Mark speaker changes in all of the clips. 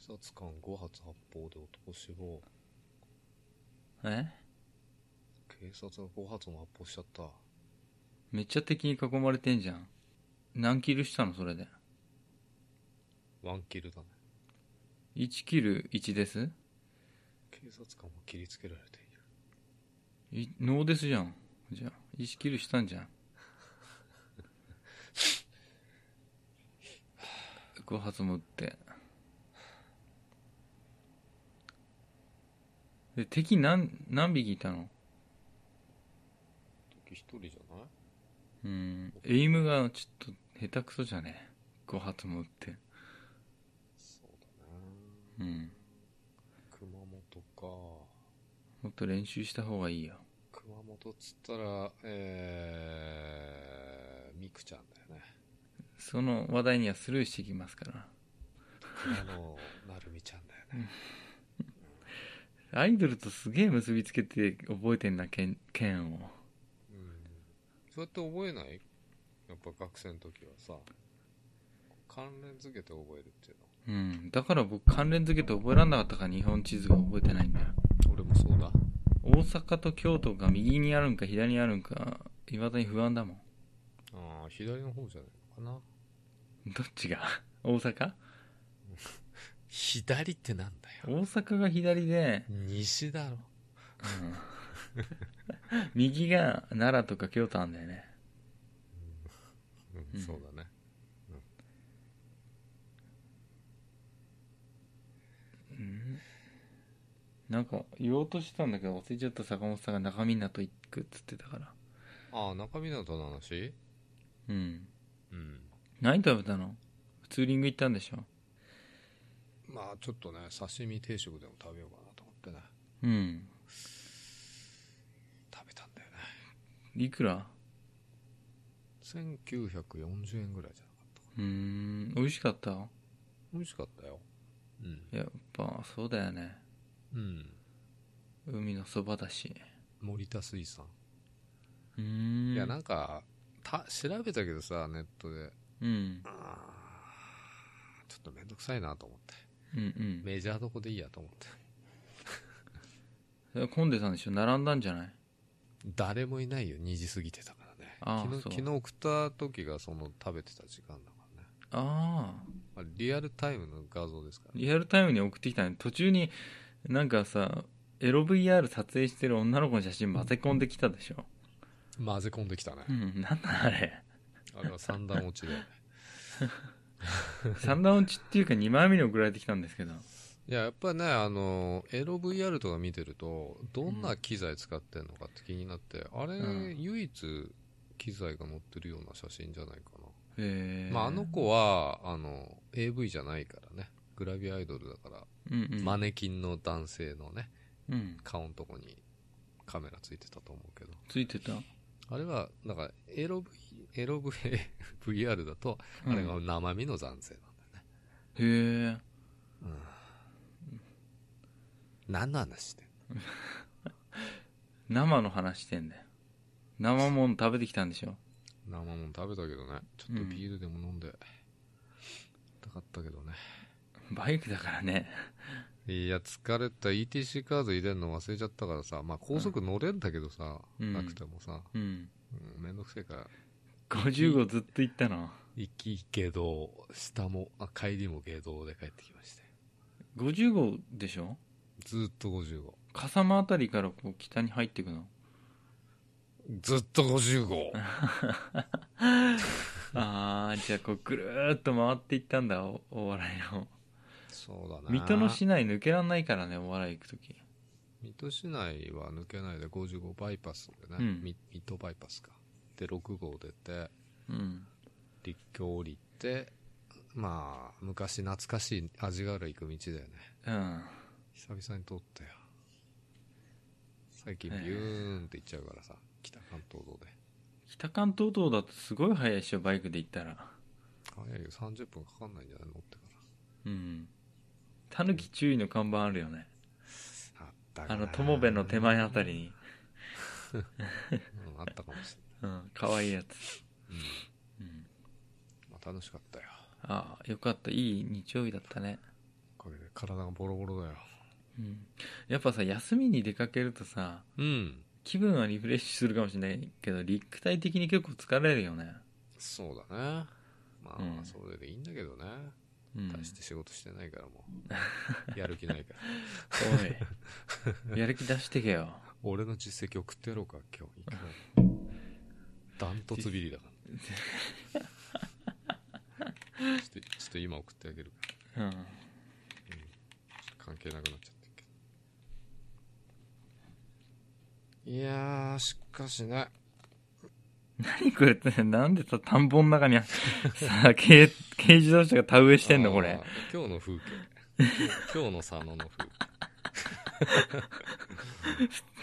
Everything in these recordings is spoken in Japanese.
Speaker 1: 察官5発発砲で男死亡。
Speaker 2: え
Speaker 1: 警察が5発も発砲しちゃった。
Speaker 2: めっちゃ敵に囲まれてんじゃん。何キルしたのそれで。
Speaker 1: ワンキルだね。
Speaker 2: 1キル1です
Speaker 1: 警察官も切りつけられている。
Speaker 2: いノーですじゃん。じゃあ、1キルしたんじゃん。5発も撃って。で、敵何、何匹いたの
Speaker 1: 時一人じゃない
Speaker 2: うん。エイムがちょっと下手くそじゃね。5発も撃って。
Speaker 1: そうだね。
Speaker 2: うん。
Speaker 1: 熊本か。
Speaker 2: もっと練習した方がいいよ。
Speaker 1: 熊本っつったら、えー、みくちゃんだよね。
Speaker 2: その話題にはスルーしてきますから。
Speaker 1: あの、なるみちゃんだよ ね。
Speaker 2: アイドルとすげえ結びつけて覚えてんな、剣剣を。
Speaker 1: うん。そうやって覚えないやっぱ学生の時はさ、関連付けて覚えるっていう
Speaker 2: うん。だから僕関連付けて覚えらんなかったから日本地図が覚えてないんだよ。
Speaker 1: の。俺もそうだ。
Speaker 2: 大阪と京都が右にあるんか左にあるんか、いまだに不安だもん。
Speaker 1: ああ、左の方じゃないのかな。
Speaker 2: どっちが大阪
Speaker 1: 左ってなんだよ。
Speaker 2: 大阪が左で、
Speaker 1: 西だろ。
Speaker 2: うん右が奈良とか京都あんだよね。
Speaker 1: う、
Speaker 2: うんん
Speaker 1: そうだね。
Speaker 2: うんなんか言おうとしてたんだけど忘れちゃった坂本さんが中港行くっつってたから。
Speaker 1: ああ、中港の話
Speaker 2: うん。
Speaker 1: うん。
Speaker 2: 何食べたのツーリング行ったんでしょ
Speaker 1: まあちょっとね、刺身定食でも食べようかなと思ってね。
Speaker 2: うん。
Speaker 1: 食べたんだよね。
Speaker 2: いくら
Speaker 1: 1940円ぐらいじゃなかったかな
Speaker 2: うーん、美味しかったや
Speaker 1: 美味しかったようん
Speaker 2: っぱ、そうだよね。
Speaker 1: うん
Speaker 2: 海のそばだし。
Speaker 1: 森田水産、
Speaker 2: うーん。
Speaker 1: いやなんかた調べたけどさネットで
Speaker 2: うん。
Speaker 1: ちょっとめんどくさいなと思って
Speaker 2: うんうん。
Speaker 1: メジャーどこでいいやと思って
Speaker 2: それは混んでたんでしょ並んだんじゃない
Speaker 1: 誰もいないよ2時過ぎてたからね
Speaker 2: あー
Speaker 1: 昨日
Speaker 2: そう
Speaker 1: 昨日食った時がその食べてた時間だからね、
Speaker 2: あ
Speaker 1: ま
Speaker 2: あ。
Speaker 1: あ、リアルタイムの画像ですからね
Speaker 2: リアルタイムに送ってきたね。途中に、なんかさ、エロ VR 撮影してる女の子の写真混ぜ込んできたでしょ
Speaker 1: 混ぜ込んできたね
Speaker 2: うん、なんだあれ。
Speaker 1: あれは三段落ち でい
Speaker 2: 三段落ちっていうか2枚目に送られてきたんですけど。
Speaker 1: ややっぱねあのエロ VR とか見てるとどんな機材使ってんのかって気になって、あれ、
Speaker 2: うん
Speaker 1: 唯一機材が載ってるような写真じゃないかな
Speaker 2: へえ。
Speaker 1: まあ、あの子はあの AV じゃないからねグラビアアイドルだから、
Speaker 2: うんうん。
Speaker 1: マネキンの男性のね
Speaker 2: うん。
Speaker 1: 顔のとこにカメラついてたと思うけど
Speaker 2: ついてた。
Speaker 1: あれはだからエロ V エロ V- VR だとあれが生身の男性
Speaker 2: へえ。
Speaker 1: なんだよね、うん、何の話してんの
Speaker 2: 生の話してんだよ生もん食べてきたんでしょ
Speaker 1: 生もん食べたけどねちょっとビールでも飲んで、たかったけどね
Speaker 2: バイクだからね
Speaker 1: いや、疲れた。ETC カード入れるの忘れちゃったからさ、まあ高速乗れんだけどさ、
Speaker 2: うん
Speaker 1: なくてもさ、
Speaker 2: うん
Speaker 1: うん、めんどくせえから、
Speaker 2: 55ずっと行ったの
Speaker 1: 行き下道、下も、あ、帰りも下道で帰ってきまして。
Speaker 2: 55でしょ
Speaker 1: ずーっと55。
Speaker 2: 笠間あたりからこう北に入っていくの
Speaker 1: ずっと 55!
Speaker 2: ああじゃあこうぐるーっと回っていったんだおお笑いの
Speaker 1: そうだな
Speaker 2: 水戸の市内抜けらんないからねお笑い行く時
Speaker 1: 水戸市内は抜けないで55バイパスでね、
Speaker 2: うん
Speaker 1: み水戸バイパスか。で、6号出て、
Speaker 2: うん
Speaker 1: 立教降りて、まあ、昔懐かしい味がある行く道だよね。
Speaker 2: うん
Speaker 1: 久々に通ったよ最近ビューンって行っちゃうからさ北関東道で
Speaker 2: 北関東道だとすごい速いでしょバイクで行ったら
Speaker 1: 早いよ30分かかんないんじゃない乗ってか
Speaker 2: うんタヌキ注意の看板あるよね
Speaker 1: らあったか
Speaker 2: あ
Speaker 1: な
Speaker 2: の友部の手前あたりに
Speaker 1: うんあったかもし
Speaker 2: うん可愛いやつ
Speaker 1: れない、
Speaker 2: うん
Speaker 1: うんまあ、楽しかったよ
Speaker 2: ああ、よかった。いい日曜日だったね。
Speaker 1: おかげで体がボロボロだよ。
Speaker 2: うん。やっぱさ、休みに出かけるとさ、
Speaker 1: うん。
Speaker 2: 気分はリフレッシュするかもしれないけど、肉体的に結構疲れるよね。
Speaker 1: そうだね。まあ、
Speaker 2: うん
Speaker 1: それでいいんだけどね。
Speaker 2: うん。
Speaker 1: 大して仕事してないからもう。やる気ないから。
Speaker 2: お い。やる気出してけよ。
Speaker 1: 俺の実績送ってやろうか、今日。いく らダントツビリだから。ちょっと、ちょっと今送ってあげるから。
Speaker 2: うん。
Speaker 1: 関係なくなっちゃってるけど。いやー、しかしね。
Speaker 2: 何これって、なんでさ、田んぼの中にあ、さ、軽、軽自動車が田植えしてんのこれ
Speaker 1: あ。ー。今日の風 景。今日の佐野の風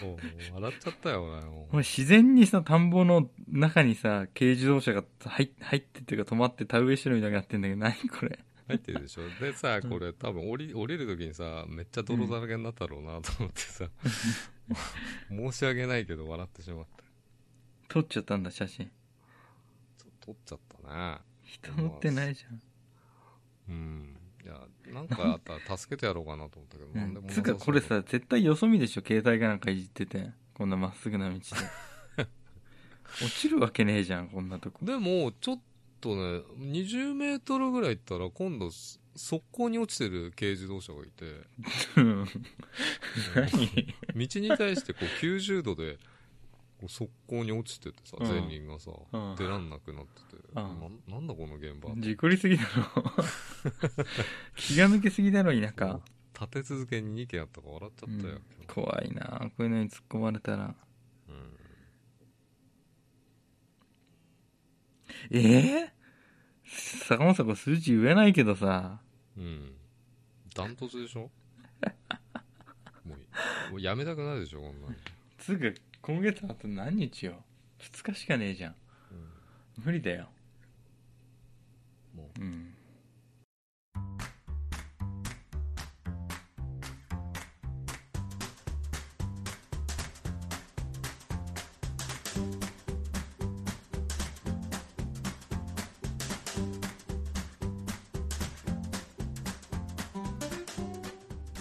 Speaker 1: 景。もう笑っちゃったよ、俺。も
Speaker 2: これ自然にさ、田んぼの中にさ、軽自動車が入入ってっていうか止まって田植えしてるみたいになってんだけど、何これ。
Speaker 1: う入ってるでしょ。でさ、これ多分降り、降りるときにさ、めっちゃ泥だらけになったろうなと思ってさ、 申し訳ないけど笑ってしまった。
Speaker 2: 撮っちゃったんだ、写真。
Speaker 1: ちょっと撮っちゃったね。
Speaker 2: 人乗ってないじゃん。
Speaker 1: うん。いや、なんかあったら助けてやろうかなと思ったけど、なんでもな
Speaker 2: つ
Speaker 1: さ
Speaker 2: う
Speaker 1: そ
Speaker 2: か
Speaker 1: う
Speaker 2: これさ、絶対よそ見でしょ携帯かなんかいじってて。こんなまっすぐ な道で。落ちるわけねえじゃん、こんなと こ。
Speaker 1: でも、ちょっとね、20メートルぐらい行ったら、今度、す側溝に落ちてる軽自動車がいて、
Speaker 2: うん何
Speaker 1: 道に対してこう90度で、こう側溝に落ちててさ、
Speaker 2: うん
Speaker 1: 前輪がさ、
Speaker 2: うん
Speaker 1: 出らんなくなってて、
Speaker 2: うん
Speaker 1: ななんだこの現場。
Speaker 2: 事故りすぎだ ろ。気が抜けすぎだろ、田舎。
Speaker 1: 立て続けに2件あったから笑っちゃったよ。
Speaker 2: うん
Speaker 1: 今日
Speaker 2: 怖いなこういうのに突っ込まれたら。
Speaker 1: うん
Speaker 2: ええ坂本さん、これ数字言えないけどさ。
Speaker 1: うん。ダントツでしょ もういい、もうやめたくないでしょ、こんなに。
Speaker 2: つうか、今月あと何日よ ?2 日しかねえじゃん。
Speaker 1: うん
Speaker 2: 無理だよ。
Speaker 1: も
Speaker 2: うん。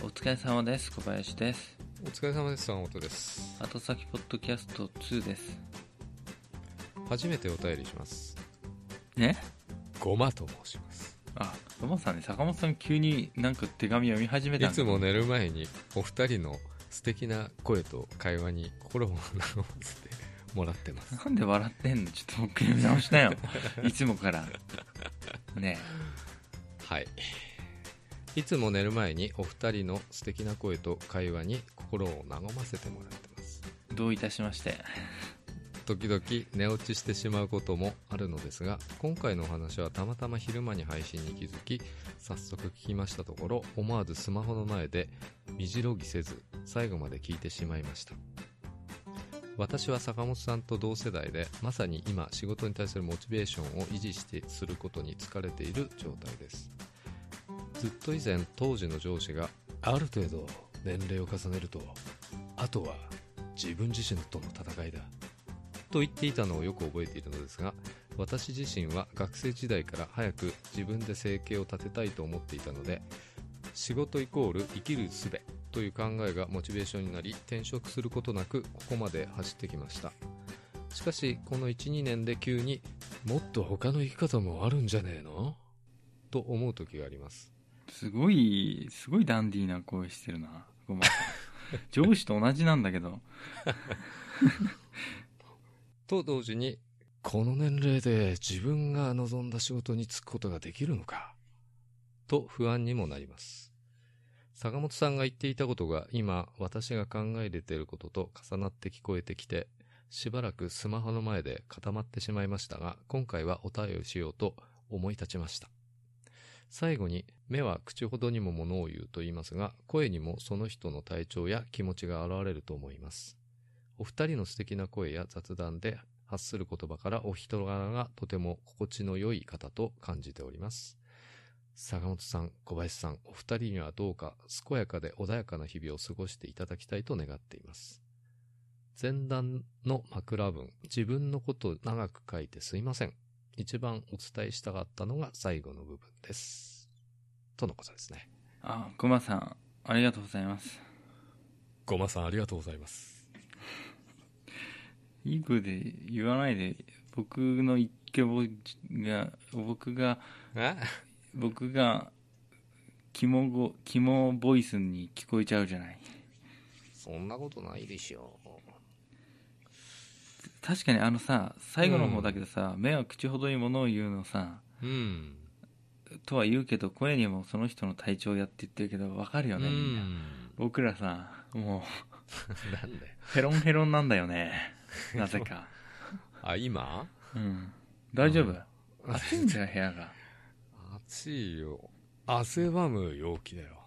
Speaker 2: お疲れ様です。小林です。
Speaker 1: お疲れ様です、坂本です。
Speaker 2: 後先ポッドキャスト2です。
Speaker 1: 初めてお便りします。
Speaker 2: ね
Speaker 1: ごまと申します。
Speaker 2: あ、ロマさんね、坂本さん急になんか手紙読み始めた
Speaker 1: い
Speaker 2: んだ
Speaker 1: つも寝る前にお二人の素敵な声と会話に心を和ませてもらってます
Speaker 2: なんで笑ってんのちょっともう一回読み直 したよ。いつもから。ね
Speaker 1: はいいつも寝る前にお二人の素敵な声と会話に心を和ませてもらってます
Speaker 2: え、どういたしまして。
Speaker 1: 時々寝落ちしてしまうこともあるのですが今回のお話はたまたま昼間に配信に気づき早速聞きましたところ思わずスマホの前で身じろぎせず最後まで聞いてしまいました私は坂本さんと同世代でまさに今仕事に対するモチベーションを維持してすることに疲れている状態ですずっと以前当時の上司がある程度年齢を重ねるとあとは自分自身との戦いだと言っていたのをよく覚えているのですが私自身は学生時代から早く自分で生計を立てたいと思っていたので仕事イコール生きる術という考えがモチベーションになり転職することなくここまで走ってきましたしかしこの12年で急にもっと他の生き方もあるんじゃねえのと思う時があります
Speaker 2: すごい、すごいダンディーな声してるな。ごま。 上司と同じなんだけど。
Speaker 1: と同時にこの年齢で自分が望んだ仕事に就くことができるのかと不安にもなります坂本さんが言っていたことが今私が考えれていることと重なって聞こえてきてしばらくスマホの前で固まってしまいましたが今回はお便りしようと思い立ちました最後に目は口ほどにも物を言うと言いますが声にもその人の体調や気持ちが現れると思いますお二人の素敵な声や雑談で発する言葉からお人柄がとても心地の良い方と感じております。坂本さん、小林さん、お二人にはどうか健やかで穏やかな日々を過ごしていただきたいと願っています。前段の枕文、自分のことを長く書いてすいません。一番お伝えしたかったのが最後の部分です。とのことですね。
Speaker 2: あ、くまさん、ありがとうございます。
Speaker 1: ごまさんありがとうございます。
Speaker 2: イブで言わないで、僕の一けぼが、僕が、
Speaker 1: え
Speaker 2: 僕が、肝ご、肝ボイスに聞こえちゃうじゃない。
Speaker 1: そんなことないでしょ。
Speaker 2: 確かにあのさ、最後の方だけどさ、目は口ほどにものを言うのさ、
Speaker 1: うん。
Speaker 2: とは言うけど、声にもその人の体調やって言ってるけど、わかるよね、みんな。
Speaker 1: うん
Speaker 2: 僕らさ、も
Speaker 1: なんだよ。
Speaker 2: う、ヘロンヘロンなんだよ ね。なぜか。
Speaker 1: あ、今
Speaker 2: うん。大丈夫、
Speaker 1: うん
Speaker 2: 暑いんだよ、部屋が。
Speaker 1: 暑いよ。汗ばむ陽気だよ。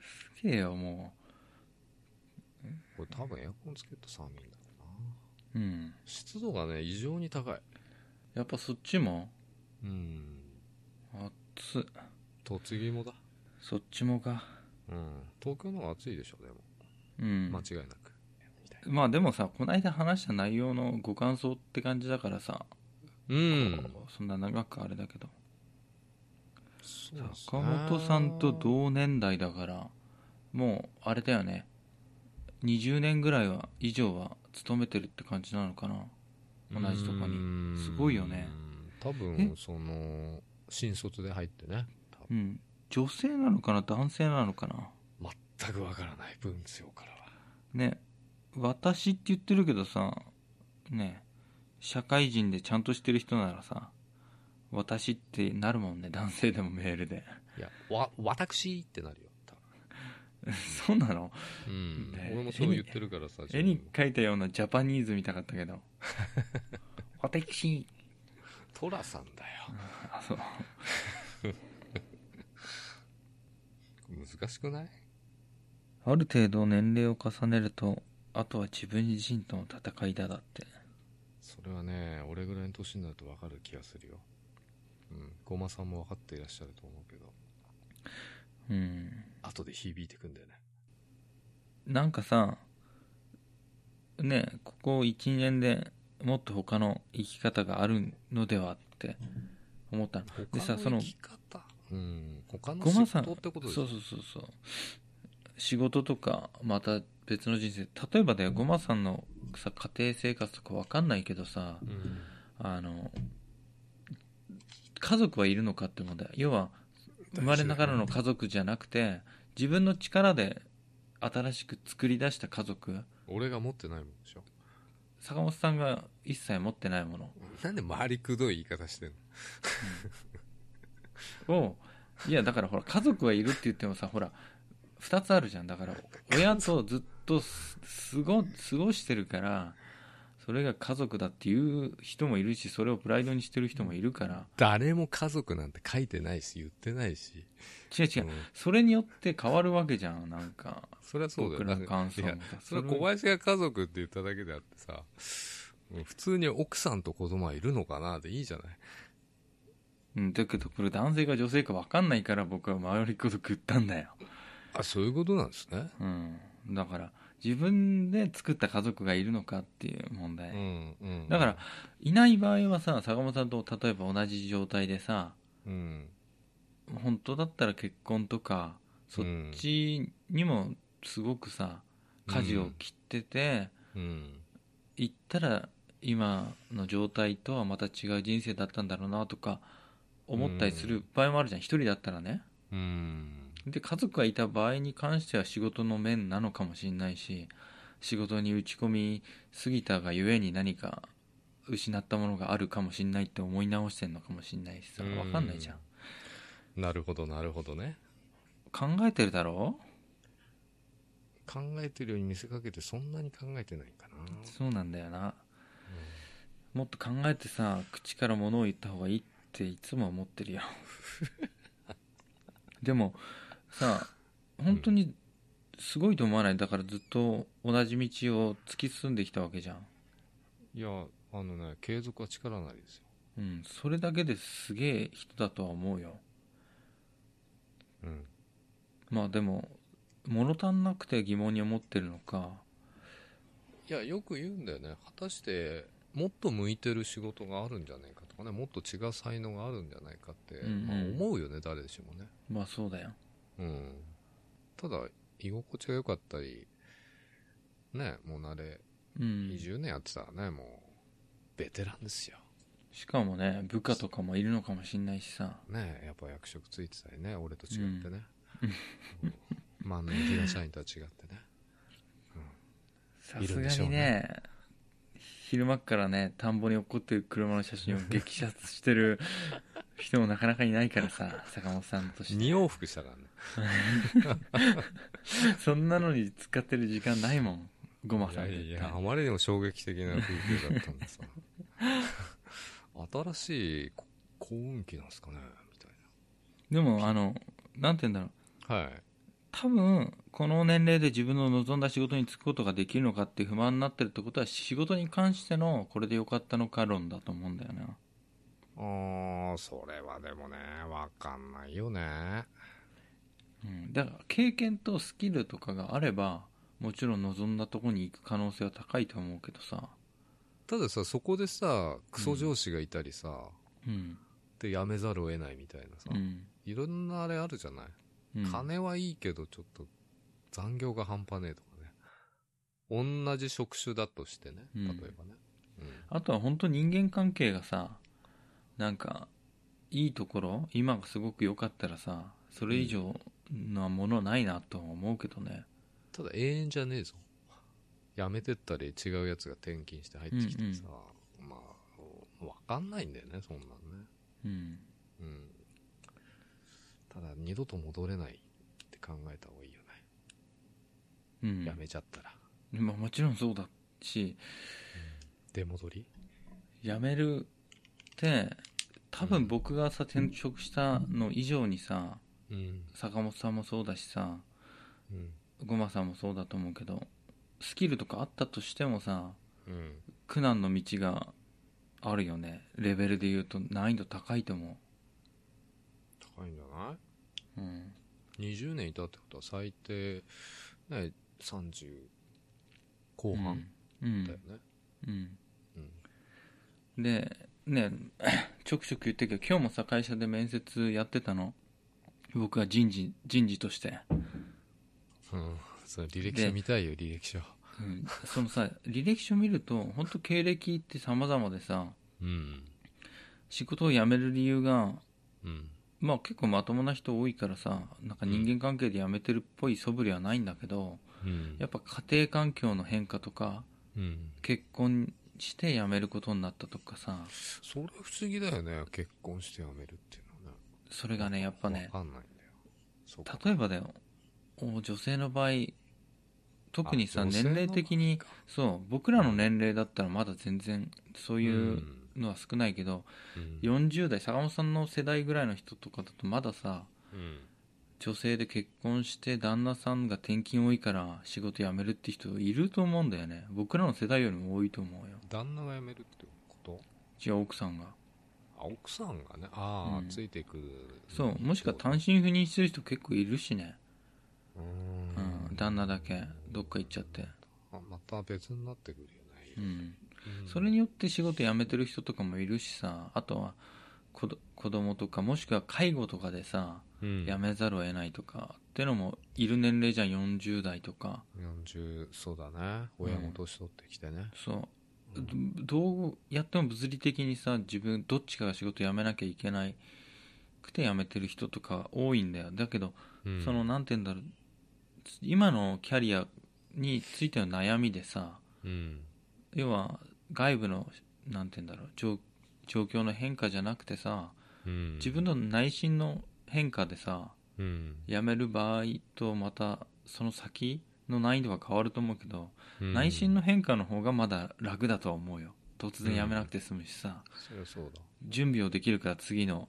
Speaker 2: すげえよ、も
Speaker 1: これ多分エアコンつけると寒いんだろうな。
Speaker 2: う。うん。
Speaker 1: 湿度がね、異常に高い。
Speaker 2: やっぱそっちも
Speaker 1: うん。
Speaker 2: 暑い。
Speaker 1: 栃木もだ。
Speaker 2: そっちもか。
Speaker 1: うん。東京の方が暑いでしょ、でも。
Speaker 2: うん
Speaker 1: 間。違いなく。
Speaker 2: まあでもさ、こないだ話した内容のご感想って感じだからさ、
Speaker 1: うん。
Speaker 2: そんな長くあれだけど。
Speaker 1: そうですね
Speaker 2: 坂本さんと同年代だから、もう、あれだよね。20年ぐらいは、以上は、勤めてるって感じなのかな。同じとこに
Speaker 1: に
Speaker 2: すごいよね
Speaker 1: 多分その新卒で入ってね多
Speaker 2: う
Speaker 1: 分
Speaker 2: ん。女性なのかな男性なのかな
Speaker 1: 全くわからない文章からは
Speaker 2: ね私って言ってるけどさね社会人でちゃんとしてる人ならさ私ってなるもんね男性でもメールで
Speaker 1: いやわ私ってなるよ多
Speaker 2: そうなの
Speaker 1: 分うん、
Speaker 2: ね
Speaker 1: 俺もそう言ってるからさ自
Speaker 2: 絵
Speaker 1: 分
Speaker 2: に
Speaker 1: も
Speaker 2: 描いたようなジャパニーズみたかったけど私
Speaker 1: トラさんだよ
Speaker 2: あそう
Speaker 1: 難しくない
Speaker 2: ある程度年齢を重ねるとあとは自分自身との戦いだだって
Speaker 1: それはね俺ぐらいの年になるとわかる気がするようんごまさんも分かっていらっしゃると思うけど
Speaker 2: うん
Speaker 1: 後で響いてくんだよね
Speaker 2: なんかさねここ12年でもっと他の生き方があるのではって思ったのでさ
Speaker 1: 他
Speaker 2: そ
Speaker 1: の
Speaker 2: の
Speaker 1: 生き方うん他の
Speaker 2: ごま
Speaker 1: 仕
Speaker 2: さん
Speaker 1: 事ってことでし
Speaker 2: そ
Speaker 1: ょ
Speaker 2: うそうそうそう仕事とかまた別の人生例えばだよごまさんのさ家庭生活とかわかんないけどさ
Speaker 1: うん
Speaker 2: あの家族はいるのかって問題要は生まれながらの家族じゃなくて自分の力で新しく作り出した家族
Speaker 1: 俺が持ってないもんでしょ
Speaker 2: 坂本さんが一切持ってないもの
Speaker 1: なんで回りくどい言い方してんの
Speaker 2: をいやだからほら家族はいるって言ってもさほら2つあるじゃんだから親とずっとすすご過ごしてるからそれが家族だっていう人もいるしそれをプライドにしてる人もいるから
Speaker 1: 誰も家族なんて書いてないし言ってないし
Speaker 2: 違う違う、
Speaker 1: うん
Speaker 2: それによって変わるわけじゃんなんか
Speaker 1: それはそうだ
Speaker 2: 僕
Speaker 1: よ
Speaker 2: ら
Speaker 1: だ
Speaker 2: の
Speaker 1: から
Speaker 2: 感想
Speaker 1: いや
Speaker 2: みたいな
Speaker 1: それは小林が家族って言っただけであってさうん普通に奥さんと子供はいるのかなでいいじゃない
Speaker 2: うん、だけどこれ男性か女性か分かんないから僕は周りこと食ったんだよ
Speaker 1: あそういうことなんですね
Speaker 2: うんだから自分で作った家族がいるのかっていう問題、
Speaker 1: うんうん
Speaker 2: だから、いない場合はさ、坂本さんと例えば同じ状態でさ、
Speaker 1: うん
Speaker 2: 本当だったら結婚とか、そっちにもすごくさ、舵を切ってて、
Speaker 1: うん
Speaker 2: 行ったら今の状態とはまた違う人生だったんだろうなとか、思ったりする場合もあるじゃん。一人だったらね。
Speaker 1: うん
Speaker 2: で、家族がいた場合に関しては仕事の面なのかもしれないし、仕事に打ち込みすぎたがゆえに何か失ったものがあるかもしれないって思い直してんのかもしれないしさ、わかんないじゃん。
Speaker 1: なるほどなるほどね
Speaker 2: 考えてるだろ
Speaker 1: 考えてるように見せかけてそんなに考えてないんかな
Speaker 2: うそうなんだよな。もっと考えてさ、口から物を言った方がいいっていつも思ってるよ。 でも、さ、本当にすごいと思わない。だからずっと同じ道を突き進んできたわけじゃん。
Speaker 1: いやあのね継続は力なりですよ
Speaker 2: うん、それだけですげえ人だとは思うよ。
Speaker 1: うん
Speaker 2: まあでも、物足んなくて疑問に思ってるのか。
Speaker 1: いやよく言うんだよね果たしてもっと向いてる仕事があるんじゃないかとかねもっと違う才能があるんじゃないかって、
Speaker 2: うんうん
Speaker 1: まあ、思うよね誰しもね
Speaker 2: まあそうだよ。
Speaker 1: うん。ただ、居心地が良かったり、ね、もう慣れ、
Speaker 2: うん、
Speaker 1: 20年やってたらね、もう、ベテランですよ。
Speaker 2: しかもね部下とかもいるのかもしんないしさ
Speaker 1: ねやっぱ役職ついてたりね、俺と違ってね。うん万年平社員とは違ってね。
Speaker 2: さ
Speaker 1: いる
Speaker 2: す
Speaker 1: んで
Speaker 2: が
Speaker 1: しょう
Speaker 2: に
Speaker 1: ね
Speaker 2: ね昼間っからね田んぼに落っこってる車の 写真を激写してる人もなかなかいないからさ坂本さんとして
Speaker 1: 二往復したからね。
Speaker 2: そんなのに使ってる時間ないもんごま
Speaker 1: い
Speaker 2: さん
Speaker 1: や
Speaker 2: 絶対
Speaker 1: いや、あまりにも衝撃的な風景だったんでさ。新しいこ幸運期なんですかねみたい
Speaker 2: でもあのなんて言うんだろう
Speaker 1: な。はい。
Speaker 2: 多分この年齢で自分の望んだ仕事に就くことができるのかっていう不満になってるってことは仕事に関してのこれでよかったのか論だと思うんだよな
Speaker 1: あー、それはでもね、わかんないよね。
Speaker 2: うん、だから経験とスキルとかがあればもちろん望んだとこに行く可能性は高いと思うけどさ、
Speaker 1: たださ、そこでさ、クソ上司がいたりさ、
Speaker 2: うん
Speaker 1: で辞めざるを得ないみたいなさ、
Speaker 2: うん
Speaker 1: いろんなあれあるじゃない、
Speaker 2: うん、
Speaker 1: 金はいいけど、ちょっと残業が半端ねえとかね。同じ職種だとしてね、
Speaker 2: う
Speaker 1: 例え
Speaker 2: ん
Speaker 1: ばね。
Speaker 2: あとは本当人間関係がさなんかいいところ今がすごく良かったらさそれ以上のものないなとは思うけどね、
Speaker 1: ただ永遠じゃねえぞやめてったり違うやつが転勤して入ってきてさ、まあわかんないんだよねそんなんね
Speaker 2: うん、
Speaker 1: うんただ二度と戻れないって考えた方がいいよね、
Speaker 2: うん、
Speaker 1: やめちゃったら
Speaker 2: まあもちろんそうだし
Speaker 1: 出戻り
Speaker 2: 辞めるって多分僕がさ転職したの以上にさ
Speaker 1: うん
Speaker 2: 坂本さんもそうだしさ
Speaker 1: うん
Speaker 2: ごまさんもそうだと思うけどスキルとかあったとしてもさ
Speaker 1: うん
Speaker 2: 苦難の道があるよねレベルで言うと難易度高いと思
Speaker 1: 高いんじゃな
Speaker 2: ううん
Speaker 1: い20年いたってことは最低ね30後半
Speaker 2: うん、
Speaker 1: だよね
Speaker 2: うん
Speaker 1: うん
Speaker 2: うんでね ちょくちょく言ってるけど今日もさ会社で面接やってたの僕は人事人事として、
Speaker 1: うん、 その履歴書
Speaker 2: で
Speaker 1: 見たいよ履歴書
Speaker 2: うん、そのさ履歴書見ると本当経歴って様々でさ
Speaker 1: うん
Speaker 2: 仕事を辞める理由が
Speaker 1: うん
Speaker 2: まあ結構まともな人多いからさなんか人間関係で辞めてるっぽい素振りはないんだけど、
Speaker 1: うん
Speaker 2: やっぱ家庭環境の変化とか
Speaker 1: うん
Speaker 2: 結婚して辞めることになったとかさ
Speaker 1: それ不思議だよね結婚して辞めるっていうのはね
Speaker 2: それがねやっぱね
Speaker 1: わかんないんだよそうか
Speaker 2: 例えばだよお女性の場合特に
Speaker 1: あ
Speaker 2: さ
Speaker 1: 女性
Speaker 2: 年
Speaker 1: の
Speaker 2: 齢的に
Speaker 1: 場合か
Speaker 2: そう僕らの年齢だったらまだ全然そういうのは少ないけど、
Speaker 1: うん
Speaker 2: 40代坂本さんの世代ぐらいの人とかだとまださ
Speaker 1: うん
Speaker 2: 女性で結婚して旦那さんが転勤多いから仕事辞めるって人いると思うんだよね僕らの世代よりも多いと思うよ
Speaker 1: 旦那が辞めるってこと
Speaker 2: 違う奥さんが
Speaker 1: あ奥さんがねああ、
Speaker 2: うん
Speaker 1: ついていく
Speaker 2: そうもしくは単
Speaker 1: 身
Speaker 2: 身赴任してる人結構いるしね、
Speaker 1: う
Speaker 2: うんん、旦那だけどっか行っちゃって、
Speaker 1: あまた別になってくるよね、
Speaker 2: うん、
Speaker 1: うん
Speaker 2: それによって仕事辞めてる人とかもいるしさあとは子ど子供とかもしくは介護とかでさ
Speaker 1: うん
Speaker 2: 辞めざるを得ないとかってのもいる年齢じゃん40代とか
Speaker 1: 40そうだね親も年取ってきてね、
Speaker 2: そう
Speaker 1: う
Speaker 2: ど
Speaker 1: ん
Speaker 2: どうやっても物理的にさ自分どっちかが仕事辞めなきゃいけないくて辞めてる人とか多いんだよだけど
Speaker 1: うん
Speaker 2: そのなんて言うんだろう今のキャリアについての悩みでさ
Speaker 1: うん
Speaker 2: 要は外部のなんて言うんだろう状状況の変化じゃなくてさ
Speaker 1: うん
Speaker 2: 自分の内心の変化でさ
Speaker 1: うん
Speaker 2: 辞める場合とまたその先の難易度は変わると思うけど、
Speaker 1: うん
Speaker 2: 内心の変化の方がまだ楽だとは思うよ突然辞めなくて済むしさ、
Speaker 1: そりゃそうだ
Speaker 2: 準備をできるから次の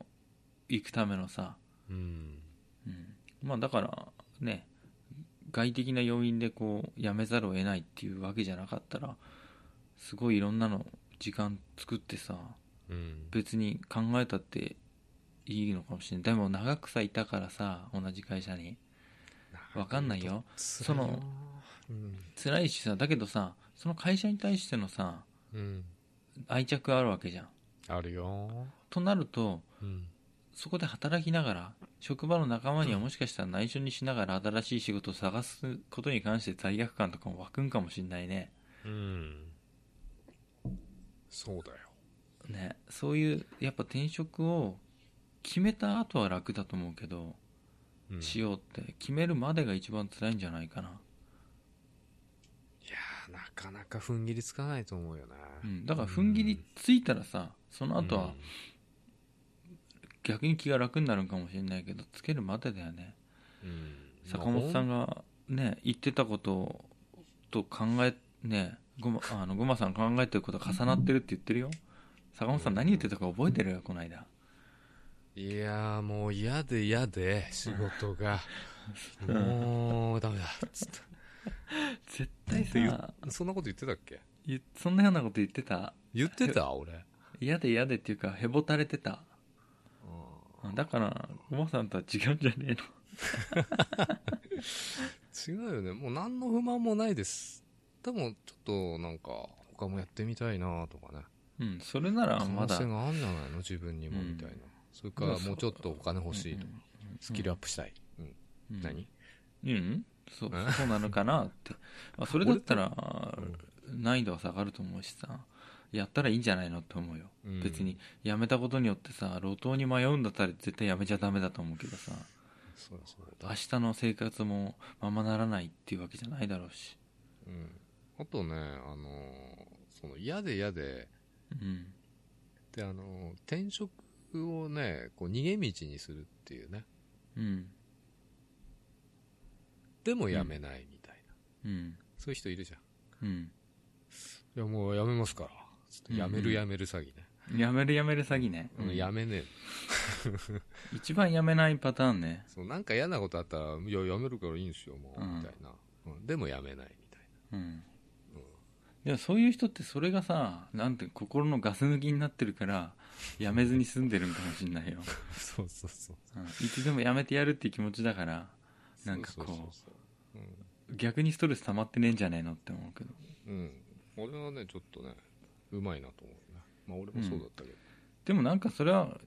Speaker 2: 行くためのさ、
Speaker 1: うん
Speaker 2: うん、まあだからね外的な要因でこう辞めざるを得ないっていうわけじゃなかったらすごいいろんなの時間作ってさ
Speaker 1: うん
Speaker 2: 別に考えたっていいのかもしれないでも長くさいたからさ同じ会社にわかんないよ
Speaker 1: そ
Speaker 2: の
Speaker 1: うん
Speaker 2: 辛いしさだけどさその会社に対してのさ
Speaker 1: うん
Speaker 2: 愛着あるわけじゃん
Speaker 1: あるよ
Speaker 2: となると
Speaker 1: うん
Speaker 2: そこで働きながら職場の仲間にはもしかしたら内緒にしながら新しい仕事を探すことに関して罪悪感とかも湧くんかもしんないね
Speaker 1: うんそうだよ
Speaker 2: ねそういうやっぱ転職を決めた後は楽だと思うけど、
Speaker 1: うん
Speaker 2: しようって決めるまでが一番辛いんじゃないかな、
Speaker 1: いやーなかなか踏ん切りつかないと思うよな、
Speaker 2: うん、だから踏ん切りついたらさその後は逆に気が楽になるんかもしれないけどつけるまでだよね
Speaker 1: うん、うん
Speaker 2: 坂本さんがね言ってたことと考えねごまあのごまさん考えてることが重なってるって言ってるよ坂本さん何言ってたか覚えてるよこの間
Speaker 1: いやーもう嫌で嫌で仕事 がもうダメだっつっ
Speaker 2: 絶対
Speaker 1: て言
Speaker 2: さ
Speaker 1: うそんなこと言ってたっけ
Speaker 2: ゆそんなようなこと言ってた
Speaker 1: 言ってた俺
Speaker 2: 嫌で嫌でっていうかへぼたれてただからごまさんとは違うんじゃねえの
Speaker 1: 違うよねもう何の不満もないですでもちょっとなんか他もやってみたいなとかね
Speaker 2: うんそれなら
Speaker 1: 可
Speaker 2: ま
Speaker 1: 能
Speaker 2: だ
Speaker 1: 性があるんじゃないの自分にも
Speaker 2: うん
Speaker 1: みたいな、それからもうちょっとお金欲しいと、スキルア
Speaker 2: ア
Speaker 1: ップしたい、うん
Speaker 2: ッ
Speaker 1: 何
Speaker 2: うん、そう
Speaker 1: え
Speaker 2: そうなのかな って、まあ、それだったら
Speaker 1: 俺
Speaker 2: 難易度は下がると思うしさやったらいいんじゃないのって思うよ、
Speaker 1: うん
Speaker 2: 別にやめたことによってさ路頭に迷うんだったら絶対やめちゃダメだと思うけどさ
Speaker 1: そうだそうだ
Speaker 2: 明日の生活もままならないっていうわけじゃないだろうし
Speaker 1: うんあとねあのーその嫌で嫌で
Speaker 2: うん
Speaker 1: であのー転職をねこう逃げ道にするっていうね
Speaker 2: うん
Speaker 1: でも辞めないみたいな、
Speaker 2: うん
Speaker 1: そういう人いるじゃん
Speaker 2: うん
Speaker 1: いやもう辞めますからつって辞める辞める詐欺ね、
Speaker 2: やめるやめる詐欺ね、
Speaker 1: うん
Speaker 2: うん
Speaker 1: 辞めねえ
Speaker 2: 一番やめないパターンね
Speaker 1: そうなんか嫌なことあったら「いややめるからいいんですよもう」
Speaker 2: うん
Speaker 1: みたいな、うんでもやめないみたい
Speaker 2: うんでもそういう人ってそれがさなんて心のガス抜きになってるからやめずに済んでるんかもしんないよ
Speaker 1: なそうそうそう
Speaker 2: うんいつでもやめてやるっていう気持ちだからなんかこう
Speaker 1: そうそうそうそううん
Speaker 2: 逆にストレス溜まってねえんじゃねえのって思うけど
Speaker 1: うん、俺はねちょっとねうまいなと思うねまあ俺もそうだったけど、
Speaker 2: でもなんかそれは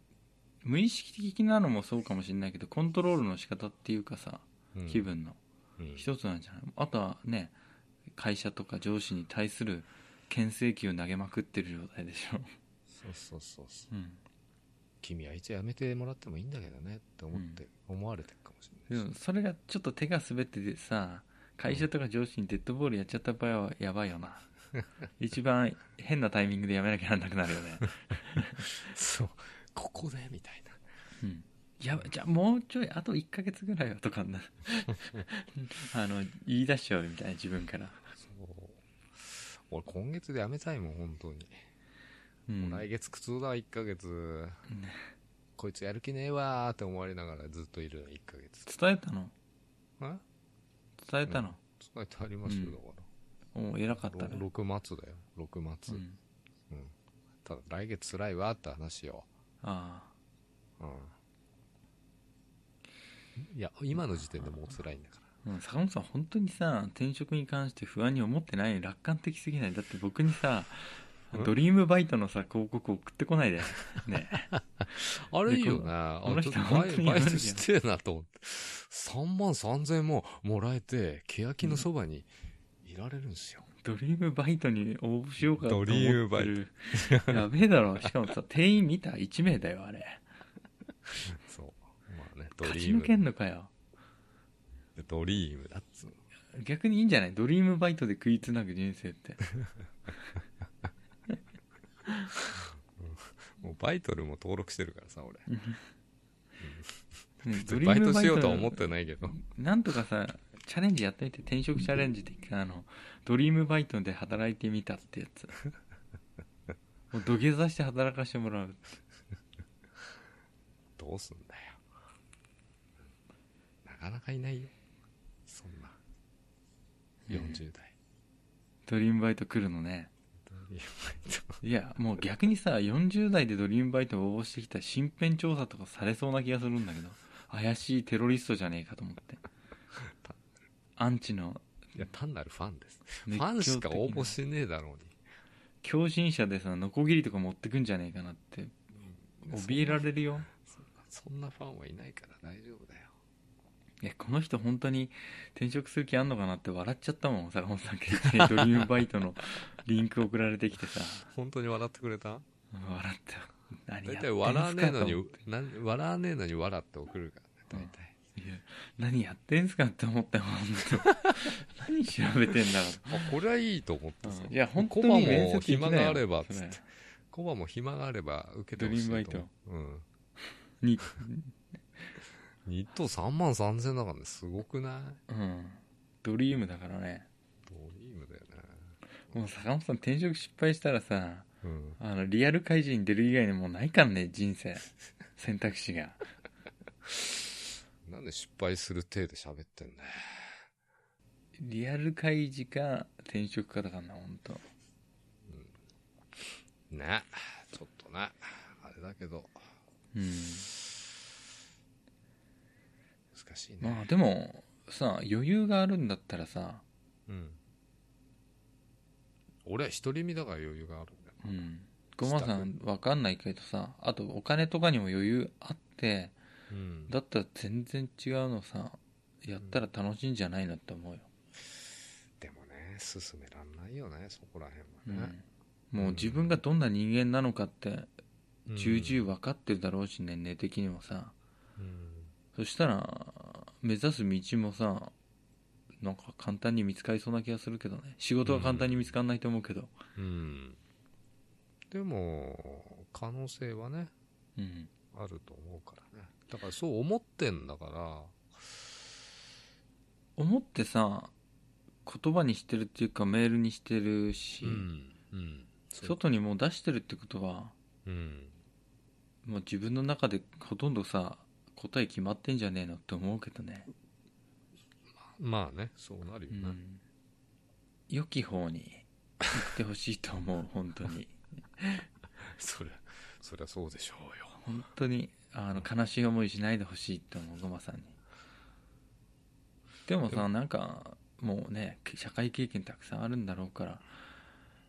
Speaker 2: 無意識的なのもそうかもしれないけどコントロールの仕方っていうかさ
Speaker 1: うん
Speaker 2: 気、分の
Speaker 1: うん
Speaker 2: 一つなんじゃないあとはね会社とか上司に対する牽制球を投げまくってる状態でしょ、
Speaker 1: そうそうそうそう
Speaker 2: うん、
Speaker 1: 君は一応やめてもらってもいいんだけどねって思って、思われてるかもしれ
Speaker 2: で
Speaker 1: ないし
Speaker 2: もそれがちょっと手が滑っててさ会社とか上司にデッドボールやっちゃった場合はやばいよな一番変なタイミングでやめなきゃなんなくなるよね
Speaker 1: そうここでみたいな
Speaker 2: うんいやじゃあもうちょいあと1ヶ月ぐらいはとかなあの言い出しちゃうみたいな自分から、
Speaker 1: そう俺今月でやめたいもん本当に、
Speaker 2: うん
Speaker 1: もう来月苦痛だ1ヶ月こいつやる気ねえわーって思われながらずっといる1ヶ月
Speaker 2: 伝えたの
Speaker 1: え
Speaker 2: 伝えたの、
Speaker 1: 伝えてありますよ
Speaker 2: うん
Speaker 1: だか
Speaker 2: おう偉かった
Speaker 1: ら、
Speaker 2: ね、
Speaker 1: 六6末だよ6
Speaker 2: う
Speaker 1: 末、
Speaker 2: ん、
Speaker 1: うんただ来月辛いわーって話よ
Speaker 2: あ
Speaker 1: うんいや今の時点でもう辛いんだから
Speaker 2: あ、うん、坂本さん本当にさ転職に関して不安に思ってない楽観的すぎないだって僕にさ
Speaker 1: うん
Speaker 2: ドリームバイトのさ広告送ってこないで ね
Speaker 1: あれいいよ
Speaker 2: でこ
Speaker 1: ね。
Speaker 2: の
Speaker 1: あ
Speaker 2: この
Speaker 1: ちょ
Speaker 2: 人
Speaker 1: っと
Speaker 2: 本
Speaker 1: バイ
Speaker 2: 当に
Speaker 1: バイト
Speaker 2: やるじゃん
Speaker 1: してえなと思って。3万3000ももらえて、欅のそばにいられるんですよ。
Speaker 2: ドリームバイトに応募しようかと思って
Speaker 1: ドリーム
Speaker 2: る
Speaker 1: バイ
Speaker 2: ト やべえだろしかもさ定員見た1名だよあれ
Speaker 1: そう。まあね、ド
Speaker 2: 勝
Speaker 1: リ
Speaker 2: ち
Speaker 1: ー
Speaker 2: 抜けん
Speaker 1: ム。
Speaker 2: のかよ
Speaker 1: ドリームだっつうの
Speaker 2: 逆にいいんじゃないドリームバイトで食いつなぐ人生って
Speaker 1: もうバイトルも登録してるからさ、俺。
Speaker 2: ね
Speaker 1: バイトしようとは
Speaker 2: の
Speaker 1: 思ってないけど。
Speaker 2: なんとかさチャレンジやってみて転職チャレンジって一回あのドリームバイトで働いてみたってや つもう土下座して働かしてもらう
Speaker 1: どうすんだよ。なかなかいないよ。そんな。40代。
Speaker 2: ドリームバイト来るのね
Speaker 1: ドリームバイト。
Speaker 2: いやもう逆にさ40代でドリームバイトを応募してきた身辺調査とかされそうな気がするんだけど怪しいテロリストじゃねえかと思ってアンチの
Speaker 1: いや、単なるファンです。フ
Speaker 2: 熱狂的
Speaker 1: ァ
Speaker 2: な
Speaker 1: ンしか応募しねえだろうに。
Speaker 2: 狂信者でさノコギリとか持ってくんじゃねえかなって怯えられるよ
Speaker 1: そそんなファンはいないから大丈夫だよ
Speaker 2: えこの人本当に転職する気あんのかなって笑っちゃったもん坂本さんからいきなり ドリームバイトのリンク送られてきてさ
Speaker 1: 本当に笑ってくれた
Speaker 2: 笑ったよ何
Speaker 1: 大
Speaker 2: やって
Speaker 1: 体
Speaker 2: んすか
Speaker 1: 笑わねえの
Speaker 2: と思
Speaker 1: に
Speaker 2: っ
Speaker 1: なん笑わねえのに笑って送るからね
Speaker 2: ていや何やってんすかって思った よ本当何調べてんだろ
Speaker 1: 大体あこれはいいと思ってさ、
Speaker 2: ういや本当
Speaker 1: コバ
Speaker 2: に面
Speaker 1: も
Speaker 2: 接行きな
Speaker 1: 暇
Speaker 2: よ
Speaker 1: があればっつ
Speaker 2: そ
Speaker 1: っ
Speaker 2: れ
Speaker 1: てコバも暇があれば受けてほしいと思う
Speaker 2: ドリーム
Speaker 1: うん
Speaker 2: に
Speaker 1: 日当3万3000だからねすごくない
Speaker 2: うんドリームだからね
Speaker 1: ドリームだよね
Speaker 2: もう坂本さん転職失敗したらさ
Speaker 1: うん
Speaker 2: あのリアル怪人に出る以外にもうないかんね人生選択肢が
Speaker 1: なんで失敗する体で喋ってんだよ
Speaker 2: リアル開示か転職かだからな本当
Speaker 1: ねちょっとねあれだけど
Speaker 2: うん
Speaker 1: 難しいね、
Speaker 2: まあでもさ余裕があるんだったらさ
Speaker 1: うん俺は独り身だから余裕があるんだよ
Speaker 2: うんごまさんわかんないけどさあとお金とかにも余裕あって
Speaker 1: うん
Speaker 2: だったら全然違うのさやったら楽しいんじゃないのって思うよ、
Speaker 1: でもね進めらんないよねそこら
Speaker 2: う
Speaker 1: 辺はね、
Speaker 2: ん、もう自分がどんな人間なのかって
Speaker 1: うん、
Speaker 2: 重々分かってるだろうし年齢的にもさ
Speaker 1: うん
Speaker 2: そしたら目指す道もさなんか簡単に見つかりそうな気がするけどね仕事は簡単に見つかんないと思うけど
Speaker 1: うんでも可能性はね
Speaker 2: うん
Speaker 1: あると思うからねだからそう思ってんだから
Speaker 2: 思ってさ言葉にしてるっていうかメールにしてるし、
Speaker 1: うんそう
Speaker 2: 外にもう出してるってことは
Speaker 1: うん
Speaker 2: もう自分の中でほとんどさ答え決まってんじゃねえのって思うけどね、
Speaker 1: まあねそうなるよ
Speaker 2: う
Speaker 1: ね、
Speaker 2: ん、良き方に行ってほしいと思う本当 に
Speaker 1: そりゃそりゃそうでしょうよ
Speaker 2: 本当にあの悲しい思いしないでほしいと思うごまさんにでも
Speaker 1: で
Speaker 2: さなんかもうね社会経験たくさんあるんだろうから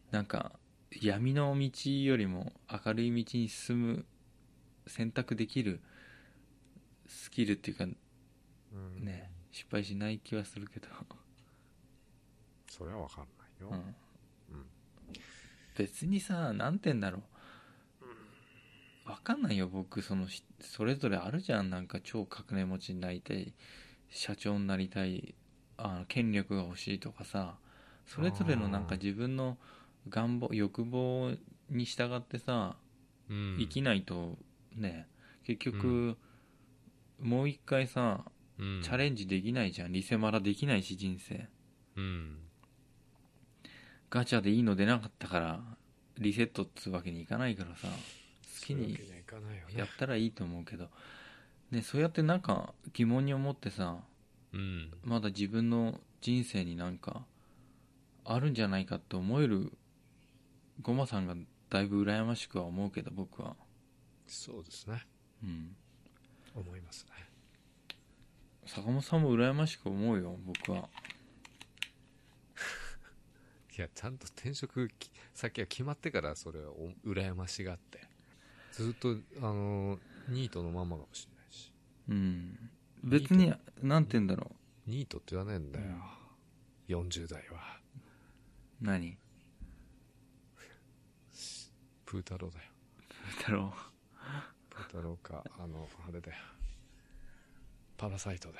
Speaker 2: なんか闇の道よりも明るい道に進む選択できるスキルっていうか
Speaker 1: うん
Speaker 2: ね失敗しない気はするけど、
Speaker 1: それは分かんないよ、
Speaker 2: うん
Speaker 1: うん
Speaker 2: 別にさ何て言うんだろう分かんないよ僕そのしそれぞれあるじゃんなんか超革命持ちになりたい社長になりたいあの権力が欲しいとかさそれぞれのなんか
Speaker 1: あー
Speaker 2: 自分の願望欲望に従ってさ
Speaker 1: うん
Speaker 2: 生きないとね結
Speaker 1: う
Speaker 2: 局もう一回さ
Speaker 1: うん
Speaker 2: チャレンジできないじゃんリセマラできないし人生
Speaker 1: うん
Speaker 2: ガチャでいいの出なかったからリセットっつうわけにいかないからさ好きに
Speaker 1: そういうわけにはいかないよね
Speaker 2: やったらいいと思うけどねそうやってなんか疑問に思ってさ
Speaker 1: うん
Speaker 2: まだ自分の人生になんかあるんじゃないかって思えるゴマさんがだいぶ羨ましくは思うけど僕は
Speaker 1: そうですね
Speaker 2: うん
Speaker 1: 思いますね
Speaker 2: 坂本さんも羨ましく思うよ僕はい
Speaker 1: やちゃんと転職き先は決まってからそれをお羨ましがってずっとあのニートのままかもしれないし
Speaker 2: うん別に何て言うんだろ
Speaker 1: ニートって言わねえんだよ、40代は
Speaker 2: う何
Speaker 1: プータローだよ
Speaker 2: だろ
Speaker 1: プータローか あのあれだよパラサイトだよ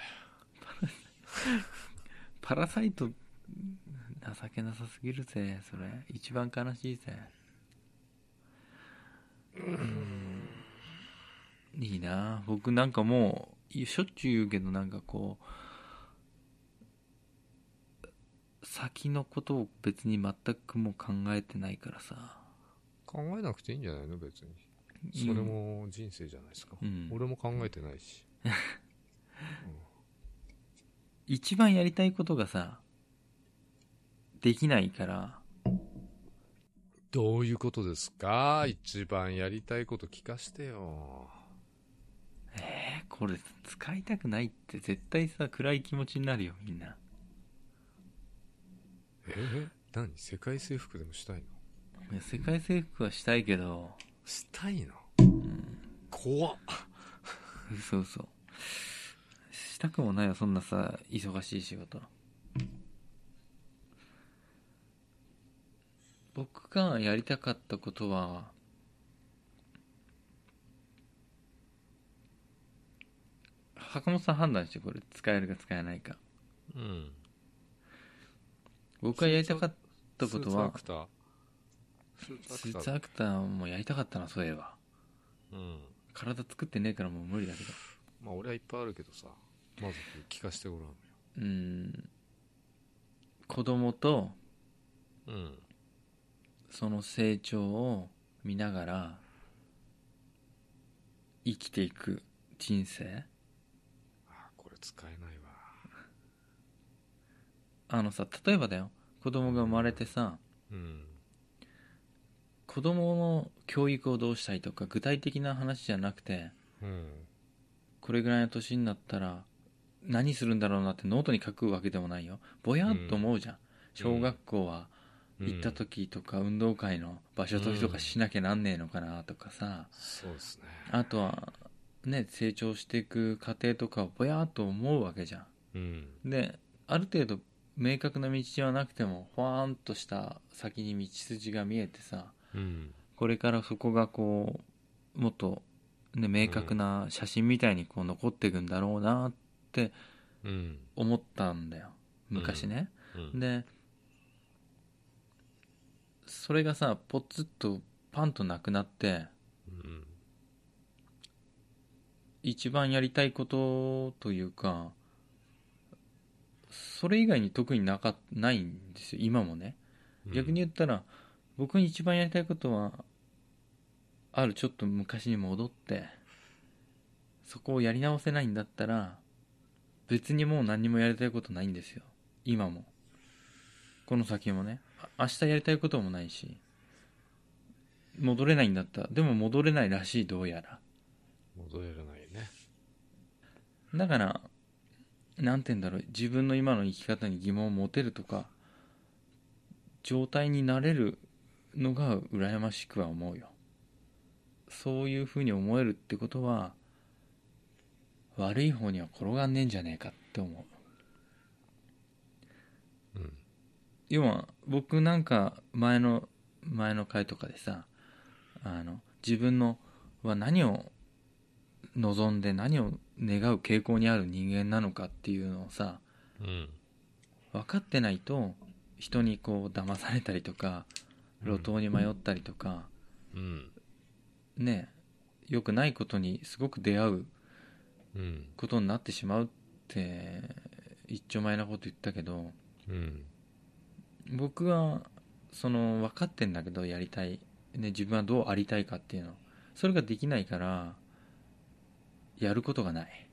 Speaker 2: うパラサイト情けなさすぎるぜそれ一番悲しいぜいいな僕なんかもういしょっちゅう言うけどなんかこう先のことを別に全くもう考えてないからさ
Speaker 1: 考えなくていいんじゃないの別にそれも人生じゃないですか、
Speaker 2: うん
Speaker 1: 俺も考えてないし、
Speaker 2: 一番やりたいことがさできないから
Speaker 1: どういうことですか一番やりたいこと聞かしてよ
Speaker 2: えこれ使いたくないって絶対さ暗い気持ちになるよみんな
Speaker 1: えー何世界征服でもしたいの
Speaker 2: いや世界征服はしたいけど
Speaker 1: したいの怖っ
Speaker 2: 嘘嘘したくもないよそんなさ忙しい仕事僕がやりたかったことは坂本さん判断してこれ使えるか使えないか
Speaker 1: うん。
Speaker 2: 僕がやりたかったこ
Speaker 1: ス
Speaker 2: とは
Speaker 1: ーツアクター。
Speaker 2: スーツアクターもやりたかったなそういえば
Speaker 1: うん。
Speaker 2: 体作ってねえからもう無理だけど
Speaker 1: まあ俺はいっぱいあるけどさ、まず聞かしてごらんよ。
Speaker 2: うん子供と
Speaker 1: うん。
Speaker 2: その成長を見ながら生きていく人生
Speaker 1: あー、これ使えないわ。
Speaker 2: あのさ例えばだよ子供が生まれてさ
Speaker 1: うん。
Speaker 2: 子供の教育をどうしたいとか具体的な話じゃなくて
Speaker 1: うん。
Speaker 2: これぐらいの年になったら何するんだろうなってノートに書くわけでもないよぼやっと思うじゃん、小学校は行った時とか運動会の場所取りとかしなきゃなんねえのかなとかさ、
Speaker 1: そうですね。
Speaker 2: あとはね成長していく過程とかをぼやっと思うわけじゃ
Speaker 1: うん。
Speaker 2: んである程度明確な道じゃなくてもほわーんとした先に道筋が見えてさ
Speaker 1: うん。
Speaker 2: これからそこがこうもっと、ね、明確な写真みたいにこう残っていくんだろうなって
Speaker 1: うん。
Speaker 2: 思ったんだよ昔ね、
Speaker 1: うん。
Speaker 2: でそれがさポツッとパンとなくなって
Speaker 1: うん。
Speaker 2: 一番やりたいことというかそれ以外に特になかないんですよ今もね
Speaker 1: うん
Speaker 2: 逆に言ったら僕に一番やりたいことはあるちょっと昔に戻ってそこをやり直せないんだったら別にもう何にもやりたいことないんですよ今もこの先もねあ明日やりたいこともないし戻れないんだったらでも戻れないらしいどうやら
Speaker 1: 戻れないね。
Speaker 2: だから、なんて言うんだろう、自分の今の生き方に疑問を持てるとか、状態になれるのが羨ましくは思うよ。そういうふうに思えるってことは、悪い方には転がんねえんじゃねえかって思う。
Speaker 1: うん。
Speaker 2: 要は、僕なんか前の、前の回とかでさ、あの、自分のは何を望んで何を願う傾向にある人間なのかっていうのをさ、
Speaker 1: うん。
Speaker 2: 分かってないと人にこう騙されたりとか路頭に迷ったりとか、
Speaker 1: うん。
Speaker 2: ね良くないことにすごく出会う
Speaker 1: うん。
Speaker 2: ことになってしまうって一丁前なこと言ったけど
Speaker 1: うん。
Speaker 2: 僕はその分かってんだけどやりたい、ね、自分はどうありたいかっていうのそれができないからやることがない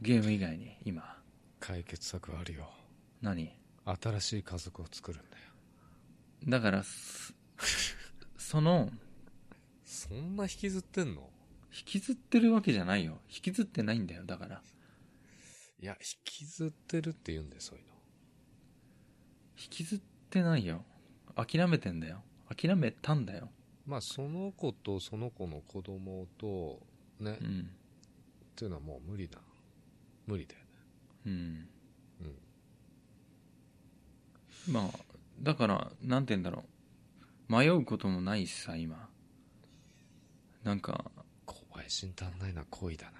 Speaker 2: ゲーム以外に今
Speaker 1: 解決策はあるよ。
Speaker 2: 何
Speaker 1: 新しい家族を作るんだよ。
Speaker 2: だからすその
Speaker 1: そんな引きずってんの
Speaker 2: 引きずってるわけじゃないよ引きずってないんだよだから
Speaker 1: いや、引きずってるって言うんだよ、そういうの。
Speaker 2: 引きずってないよ諦めてんだよ諦めたんだよ
Speaker 1: まあ、その子とその子の子供と、ね、
Speaker 2: う
Speaker 1: っ
Speaker 2: ん
Speaker 1: ていうのはもう無理だ。無理だよね。
Speaker 2: うん
Speaker 1: うん。
Speaker 2: まあだからなんて言うんだろう迷うこともないしさ今なんか
Speaker 1: 小林に足んないな、恋だな。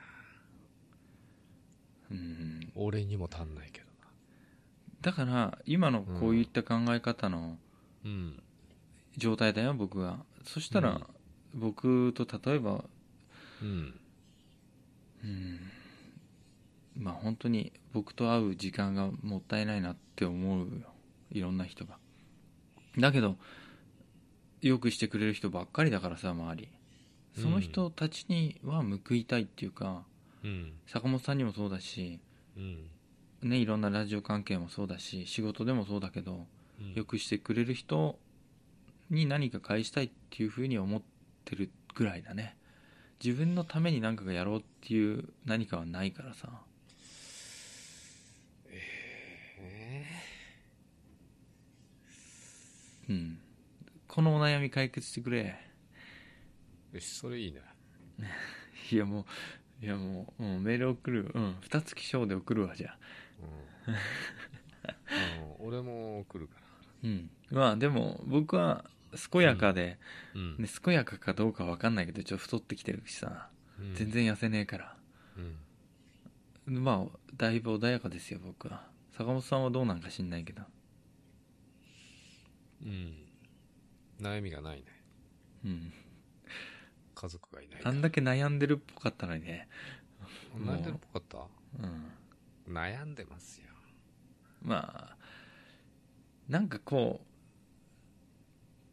Speaker 2: うん
Speaker 1: 俺にも足んないけどな。
Speaker 2: だから今のこういった考え方の
Speaker 1: うん。
Speaker 2: 状態だよ、僕がそしたら、僕と例えば
Speaker 1: うん。
Speaker 2: うんまあ本当に僕と会う時間がもったいないなって思うよいろんな人がだけどよくしてくれる人ばっかりだからさ周りその人たちには報いたいっていうか、
Speaker 1: うん。
Speaker 2: 坂本さんにもそうだし
Speaker 1: うん。
Speaker 2: ねいろんなラジオ関係もそうだし仕事でもそうだけど
Speaker 1: うん
Speaker 2: よ。くしてくれる人に何か返したいっていうふうに思ってるぐらいだね自分のために何かがやろうっていう何かはないからさ
Speaker 1: え
Speaker 2: うんこのお悩み解決してくれ
Speaker 1: ーよし、それいいね。
Speaker 2: いやもういやもう、うん、メール送るうん二月賞で送るわじゃあ
Speaker 1: う んあの俺も送るから
Speaker 2: うんまあでも僕は健やかで、
Speaker 1: うん
Speaker 2: ね、健やかかどうか分かんないけどちょっと太ってきてるしさ
Speaker 1: うん
Speaker 2: 全然痩せねえから、
Speaker 1: うん
Speaker 2: まあだいぶ穏やかですよ僕は坂本さんはどうなんか知んないけど
Speaker 1: うん悩みがないね
Speaker 2: うん
Speaker 1: 家族がいない
Speaker 2: あ
Speaker 1: から
Speaker 2: んだけ悩んでるっぽかったのにね
Speaker 1: 悩んでるっぽかっ
Speaker 2: うん
Speaker 1: た悩んでますよ
Speaker 2: まあなんかこ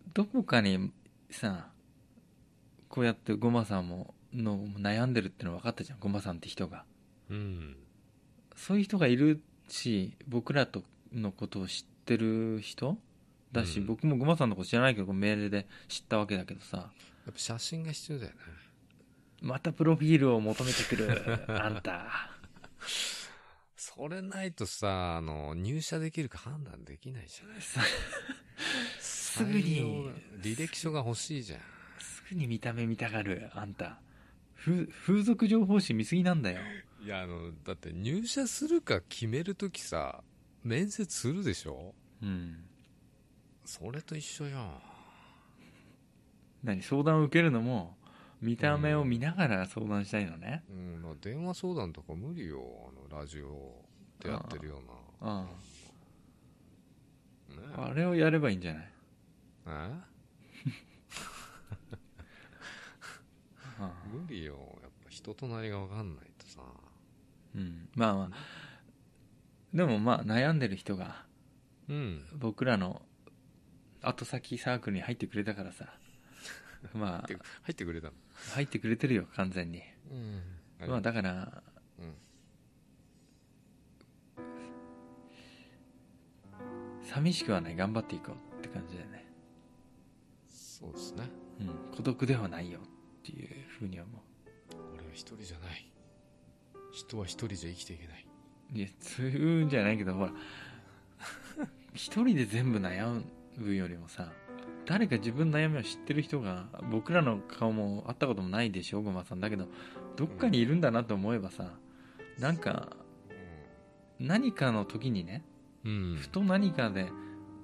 Speaker 2: うどこかにさこうやってゴマさんもの悩んでるっての分かったじゃんゴマさんって人が
Speaker 1: うん
Speaker 2: そういう人がいるし僕らとのことを知ってる人だし、
Speaker 1: うん
Speaker 2: 僕もゴマさんのこと知らないけどメールで知ったわけだけどさ
Speaker 1: やっぱ写真が必要だよね
Speaker 2: またプロフィールを求めてくる あんた
Speaker 1: それないとさあの入社できるか判断できないじゃない
Speaker 2: さ
Speaker 1: す
Speaker 2: ぐに
Speaker 1: 履歴書が欲しいじゃん
Speaker 2: すぐに見た目見たがるあんたふ風俗情報誌見すぎなんだよ
Speaker 1: いやあのだって入社するか決めるときさ面接するでしょ
Speaker 2: うん
Speaker 1: それと一緒よ
Speaker 2: 何相談を受けるのも見た目を見ながら相談したいのね、
Speaker 1: うんだから電話相談とか無理よあのラジオでやってるよ
Speaker 2: うん、
Speaker 1: うなね
Speaker 2: あれをやればいいんじゃない、
Speaker 1: え
Speaker 2: う
Speaker 1: 無理よやっぱ人となりが分かんないとさ
Speaker 2: んうん、まあまあでもまあ悩んでる人が
Speaker 1: うん
Speaker 2: 僕らの後先サークルに入ってくれたから さまあ
Speaker 1: て入ってくれたの
Speaker 2: 入ってくれてるよ完全に
Speaker 1: うん
Speaker 2: まあだから、
Speaker 1: うん
Speaker 2: 寂しくはない頑張っていこうって感じだよね、
Speaker 1: そうですね
Speaker 2: うん、孤独ではないよっていうふうに思う
Speaker 1: 俺は一人じゃない人は一人じゃ生きていけない
Speaker 2: いや、そういうんじゃないけど、ほら、 一人で全部悩むよりもさ、誰か自分の悩みを知ってる人が、僕らの顔も会ったこともないでしょ、ごまさん。だけど、どっかにいるんだなと思えばさ、なんか、何かの時にね、
Speaker 1: うん
Speaker 2: ふと何かで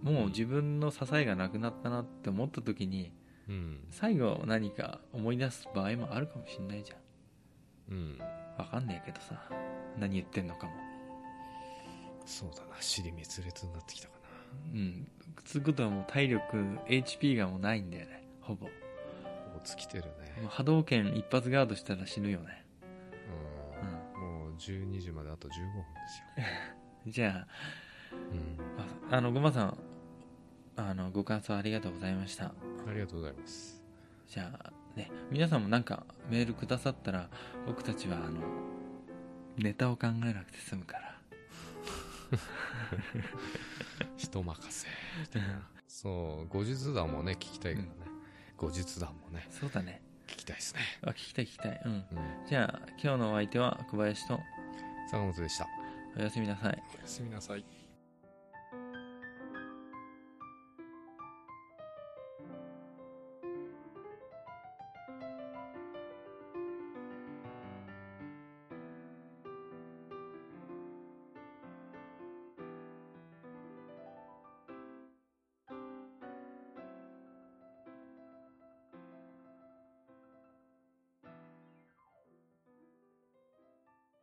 Speaker 2: もう自分の支えがなくなったなって思った時に、
Speaker 1: うん
Speaker 2: 最後何か思い出す場合もあるかもしんないじゃ
Speaker 1: う
Speaker 2: ん。
Speaker 1: ん
Speaker 2: わかんないけどさ、何言ってんのかも。
Speaker 1: そうだな尻滅裂になってきたか
Speaker 2: うん。つうことはもう体力、HP がもうないんだよね。ほぼ。も
Speaker 1: な落ちきてる
Speaker 2: う
Speaker 1: ね
Speaker 2: 波動拳一発ガードしたら死ぬよね。
Speaker 1: うんもう12時まであと15分で
Speaker 2: うん。じゃ
Speaker 1: す
Speaker 2: あ
Speaker 1: よ、
Speaker 2: まあ、あの、ごまさん、あの、ご感想ありがとうございました。
Speaker 1: うんありがとうございます
Speaker 2: じゃあ、ね、皆さんもなんかメールくださったら、僕たちは、あの、ネタを考えなくて済むから。
Speaker 1: 人任せ そう後日談もね聞きたいからね、後日談もね
Speaker 2: そうだね。
Speaker 1: 聞きたいですね、
Speaker 2: あ、聞きたい聞きたい。うん。
Speaker 1: うん、
Speaker 2: じゃあ、今日のお相手は小林と、
Speaker 1: 坂本でした
Speaker 2: おやすみなさい。
Speaker 1: おやすみなさい